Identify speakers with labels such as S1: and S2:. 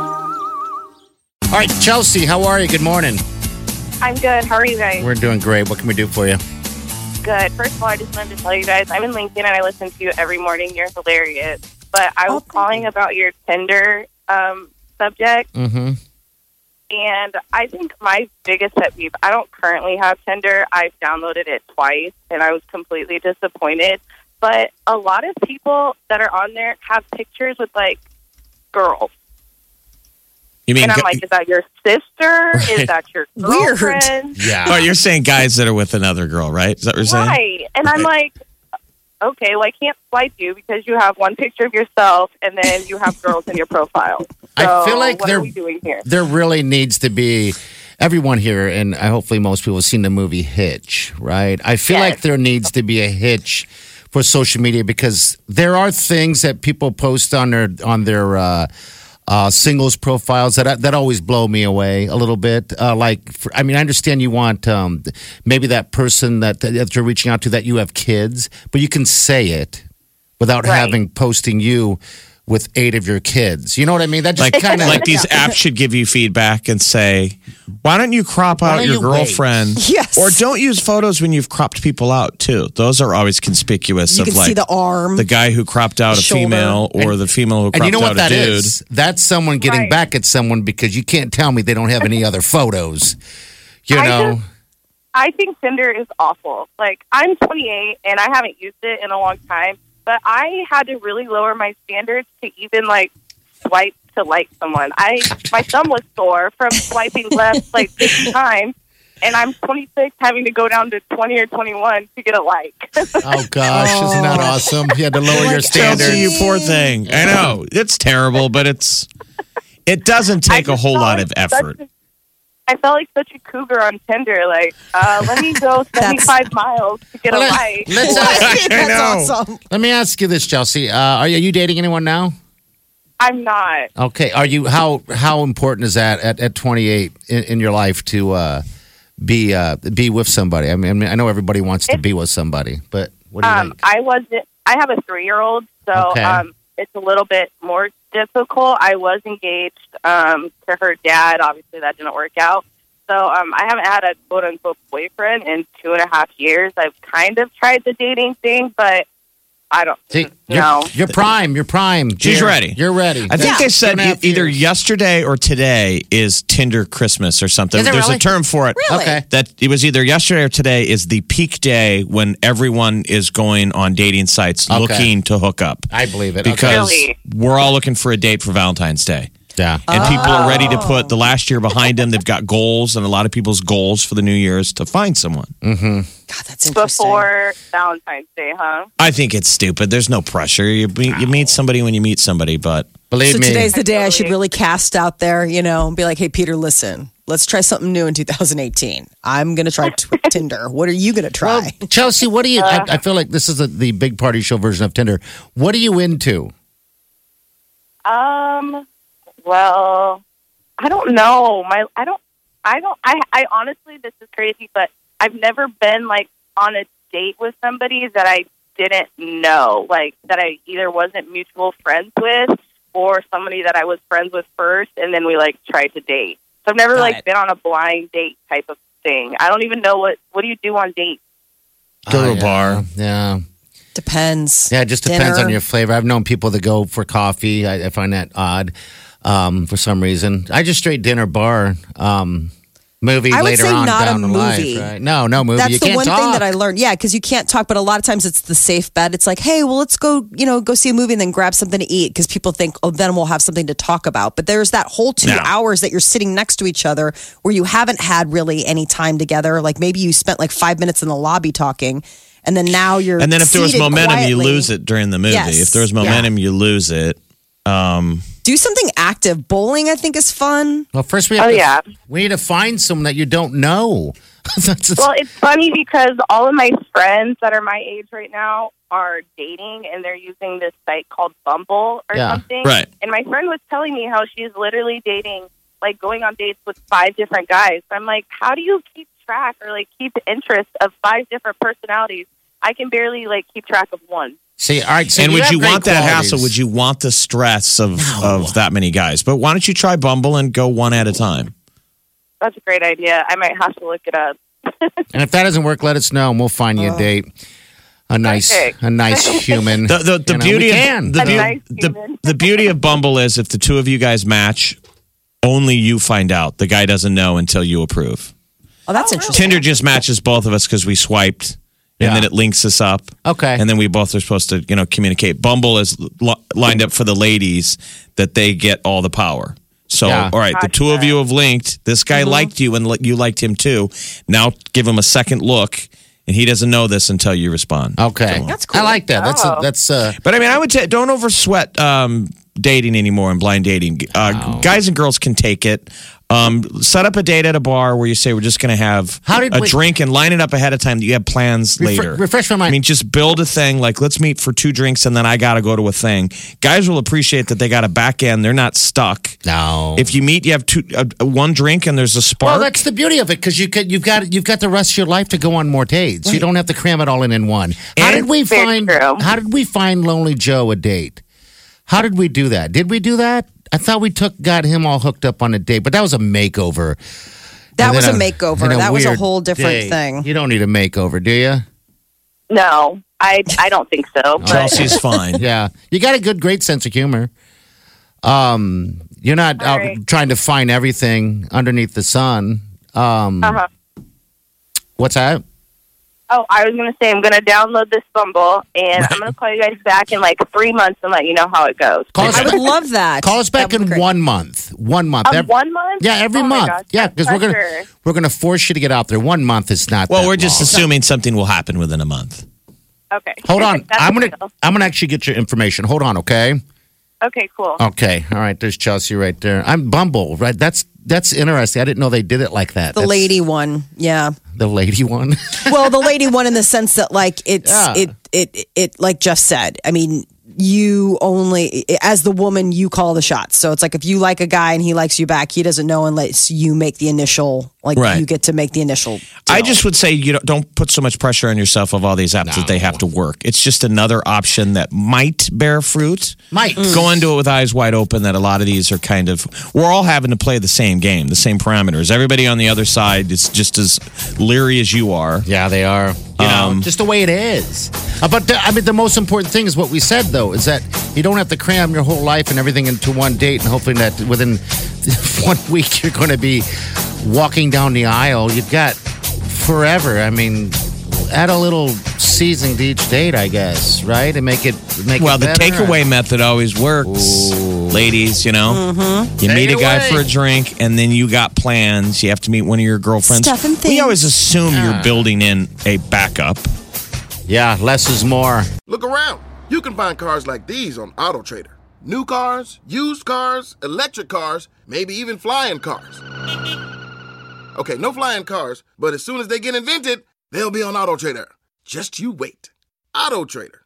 S1: All right, Chelsea, how are you? Good morning.
S2: I'm good. How are you guys?
S1: We're doing great. What can we do for you?
S2: good. First of all, I just wanted to tell you guys I'm in Lincoln and I listen to you every morning. You're hilarious. But I was calling about your Tinder um, subject,
S1: Mm-hmm.
S2: and I think my biggest pet peeve. I don't currently have Tinder. I've downloaded it twice, and I was completely disappointed. But a lot of people that are on there have pictures with like girls,
S3: You mean?
S2: and I'm like, is that your sister? Is
S3: Right.
S2: that your
S4: Weird.
S2: girlfriend?
S3: yeah. Oh, you're saying guys that are with another girl, right? Is that what you're saying?
S2: Right. And I'm like, okay, well, I can't swipe you because you have one picture of yourself and then you have girls in your profile.
S1: I feel
S2: So
S1: like
S2: what
S1: they're-
S2: are we doing here?
S1: There really needs to be everyone here, and I- hopefully most people have seen the movie Hitch, right? I feel
S2: Yes.
S1: like there needs to be a hitch for social media because there are things that people post on their on their uh, uh, singles profiles that that always blow me away a little bit. Uh, like, for, I mean, I understand you want um, maybe that person that, that you're reaching out to that you have kids, but you can say it without
S2: Right.
S1: having posting you with eight of your kids. You know what I mean? That just
S3: Like,
S1: kind of
S3: like these apps should give you feedback and say, why don't you crop
S1: Why
S3: out
S1: don't
S3: your
S1: you
S3: girlfriend?
S5: Yes.
S3: Or don't use photos when you've cropped people out too. Those are always conspicuous
S5: You
S3: of
S5: can
S3: like
S5: see the arm.
S3: the guy who cropped out a
S5: shoulder.
S3: female or the female who cropped
S1: And you know what
S3: out
S1: that
S3: a dude.
S1: is? That's someone getting
S2: Right.
S1: back at someone because you can't tell me they don't have any other photos. You
S2: I
S1: know?
S2: I think Tinder is awful. Like, I'm 28 and I haven't used it in a long time, but I had to really lower my standards to even like swipe to like someone. I my thumb was sore from swiping left like 50 times. And I'm 26, having to go down to 20 or 21 to get a like.
S1: oh gosh, isn't that
S2: Oh.
S1: awesome? You had to lower your standards.
S3: Chelsea, you poor thing. I know. It's terrible, but it's it doesn't take
S2: I
S3: a
S2: just
S3: whole
S2: felt
S3: lot
S2: like
S3: of
S2: such
S3: effort.
S2: a- I felt like such a cougar on Tinder. Like, uh, let me go 75 miles to get a
S1: Let-
S2: like.
S5: uh,
S1: let's ask-
S5: That's
S3: know.
S5: awesome.
S1: let me ask you this, Chelsea. Uh, are, you, are you dating anyone now?
S2: I'm not.
S1: Okay. Are you how how important is that at, at 28 in, in your life to uh, be uh, be with somebody? I mean, I mean, I know everybody wants to be with somebody, but what do you
S2: Um,
S1: think?
S2: I wasn't. I have a three year old, so
S1: Okay.
S2: um, it's a little bit more difficult. I was engaged um, to her dad. Obviously, that didn't work out. So um, I haven't had a quote unquote boyfriend in two and a half years. I've kind of tried the dating thing, but I don't.
S1: See, you're,
S2: no.
S1: you're prime. You're prime.
S3: She's
S1: You're-
S3: ready.
S1: You're ready.
S3: I think they said
S1: Two and a half
S3: e- either
S1: years.
S3: yesterday or today is Tinder Christmas or something.
S1: Is it
S3: There's
S1: really?
S3: a term for it.
S5: Really?
S1: Okay.
S3: That it was either yesterday or today is the peak day when everyone is going on dating sites
S1: Okay.
S3: looking to hook up
S1: I believe it Okay.
S3: because
S2: Really?
S3: we're all looking for a date for Valentine's Day.
S1: yeah.
S3: And people are ready
S1: Oh.
S3: to put the last year behind them. They've got goals, and a lot of people's goals for the new year is to find someone.
S5: God, that's interesting.
S2: Before Valentine's Day, huh?
S3: I think it's stupid. There's no pressure. You, you meet somebody when you meet somebody, but
S1: Believe
S5: so
S1: me.
S5: today's the day I should really cast out there, you know, and be like, hey, Peter, listen, let's try something new in 2018. I'm going to try t- Tinder. What are you going to try?
S1: well, Chelsea, what do you?
S5: Uh,
S1: I, I feel like this is the the big party show version of Tinder. What are you into?
S2: Um. Well, I don't know. My, I don't, I don't. I, I honestly, this is crazy, but I've never been like on a date with somebody that I didn't know, like that I either wasn't mutual friends with or somebody that I was friends with first, and then we like tried to date. So I've never
S5: Got
S2: like
S5: it.
S2: been on a blind date type of thing. I don't even know what what do you do on dates.
S3: Go to a
S1: yeah.
S3: bar.
S1: Yeah,
S5: Depends.
S1: yeah. It just depends
S5: Dinner.
S1: on your flavor. I've known people that go for coffee. I, I find that odd um, for some reason. I just straight dinner bar um, movie
S5: I would
S1: later
S5: say
S1: on
S5: not a
S1: down the
S5: movie.
S1: Right? No, no movie. you
S5: That's the
S1: can't
S5: one
S1: talk.
S5: thing that I learned. Yeah, because you can't talk, but a lot of times it's the safe bet. It's like, hey, well, let's go, you know, go see a movie and then grab something to eat because people think, oh, then we'll have something to talk about. But there's that whole two
S3: No.
S5: hours that you're sitting next to each other where you haven't had really any time together. Like maybe you spent like five minutes in the lobby talking, and then now you're
S3: And then if there was
S5: seated
S3: momentum, you
S5: quietly.
S3: lose it during the movie.
S5: Yes.
S3: If there was momentum, you lose it. Um,
S5: do something active. Bowling, I think, is fun.
S1: Well, first we have
S2: Oh,
S1: to,
S2: yeah.
S1: we need to find someone that you don't know. That's just-
S2: Well, it's funny because all of my friends that are my age right now are dating and they're using this site called Bumble or
S1: Yeah.
S2: something.
S3: Right.
S2: And my friend was telling me how she's literally dating, like going on dates with five different guys. I'm like, how do you keep track or like keep interest of five different personalities? I can barely like keep track of one.
S1: see, all right. So
S3: and would
S1: have
S3: you
S1: great
S3: want that
S1: qualities.
S3: hassle? Would you want the stress of, of that many guys? But why don't you try Bumble and go one at a time?
S2: That's a great idea. I might have to look it up.
S1: And if that doesn't work, let us know, and we'll find
S2: Uh,
S1: you a date. A nice,
S2: Perfect.
S1: a nice human.
S3: The the, the
S1: You know,
S3: beauty
S1: we
S3: of
S1: can.
S3: the,
S2: A
S3: beau-
S2: nice
S3: the,
S2: human.
S3: the beauty of Bumble is if the two of you guys match, only you find out. The guy doesn't know until you approve.
S5: Oh, that's interesting.
S3: Tinder just matches both of us because we swiped,
S1: Yeah.
S3: and then it links us up.
S1: Okay.
S3: and then we both are supposed to you know communicate. Bumble is li- lined up for the ladies that they get all the power. So
S1: Yeah.
S3: all right, the two of you have linked. This guy liked you, and li- you liked him too. Now give him a second look, and he doesn't know this until you respond.
S1: okay, that's cool. I like that. That's a,
S2: Oh.
S1: that's uh,
S3: But I mean, I would say don't over sweat um, dating anymore and blind dating. Uh, Guys and girls can take it. Um, set up a date at a bar where you say we're just going to have
S1: How did
S3: a
S1: we-
S3: drink and line it up ahead of time that you have plans
S1: Refre-
S3: later.
S1: refresh my mind.
S3: I mean, just build a thing like let's meet for two drinks and then I got to go to a thing. Guys will appreciate that they got a back end. They're not stuck.
S1: no.
S3: If you meet, you have two uh, one drink and there's a
S1: well,
S3: spark.
S1: that's the beauty of it because you could you've got you've got the rest of your life to go on more dates. You don't have to cram it all in in one. How did
S3: And-
S1: we
S2: Very
S1: find?
S2: true.
S1: How did we find Lonely Joe a date? How did we do that? Did we do that? I thought we took got him all hooked up on a date, but that was a makeover.
S5: That
S1: And
S5: was a
S1: then
S5: makeover.
S1: and
S5: that was a
S1: weird
S5: whole different
S1: date.
S5: thing.
S1: You don't need a makeover, do you?
S2: No, I I don't think so. But
S3: Chelsea's fine.
S1: Yeah, you got a good, great sense of humor. Um, you're not out
S2: Alright.
S1: trying to find everything underneath the sun. Um,
S2: Uh-huh.
S1: what's that?
S2: Oh, I was gonna say I'm gonna download this Bumble and I'm gonna call you guys back in like three months and let you know how it goes.
S1: Call us,
S5: I would
S1: back,
S5: love that.
S1: call us back
S5: That would
S1: in
S5: be great.
S1: one month. One month.
S2: Um,
S1: Ev-
S2: one month?
S1: yeah, every
S2: Oh my
S1: month.
S2: gosh,
S1: yeah,
S2: that's
S1: because we're gonna
S2: pressure.
S1: we're gonna force you to get out there. One month is not.
S3: Well,
S1: that
S3: we're just
S1: long.
S3: assuming something will happen within a month.
S2: Okay.
S1: Hold on,
S2: That's
S1: I'm gonna
S2: cool.
S1: I'm gonna actually get your information. Hold on, okay?
S2: Okay, cool.
S1: Okay, all right. There's Chelsea right there. I'm Bumble, right? That's that's interesting. I didn't know they did it like that.
S5: The
S1: That's-
S5: lady one, yeah.
S1: the lady one.
S5: Well, the lady one in the sense that like it's
S1: Yeah.
S5: it it it like Jeff said. I mean, you only as the woman you call the shots. So it's like if you like a guy and he likes you back, he doesn't know unless you make the initial like
S3: Right.
S5: you get to make the initial.
S3: I just would say you don't, don't put so much pressure on yourself of all these apps that they have to work. It's just another option that might bear fruit.
S1: Might.
S3: Go into it with eyes wide open that a lot of these are kind of, we're all having to play the same game, the same parameters. Everybody on the other side is just as leery as you are. Um,
S1: Yeah, they are. You know, just the way it is. Uh, but the, I mean, the most important thing is what we said, though, is that you don't have to cram your whole life and everything into one date, and hoping that within one week you're going to be walking down the aisle. You've got forever. I mean, add a little season to each date, I guess, right, and make it make.
S3: Well,
S1: it
S3: the
S1: better.
S3: takeaway method always works, ladies. You know, you meet a guy
S1: Takeaway.
S3: for a drink, and then you got plans. You have to meet one of your girlfriends.
S5: Stuff and
S3: We always
S5: things.
S3: assume you're building in a backup.
S1: Yeah, less is more.
S6: Look around. You can find cars like these on AutoTrader. New cars, used cars, electric cars, maybe even flying cars. Okay, no flying cars, but as soon as they get invented, they'll be on AutoTrader. Just you wait. AutoTrader.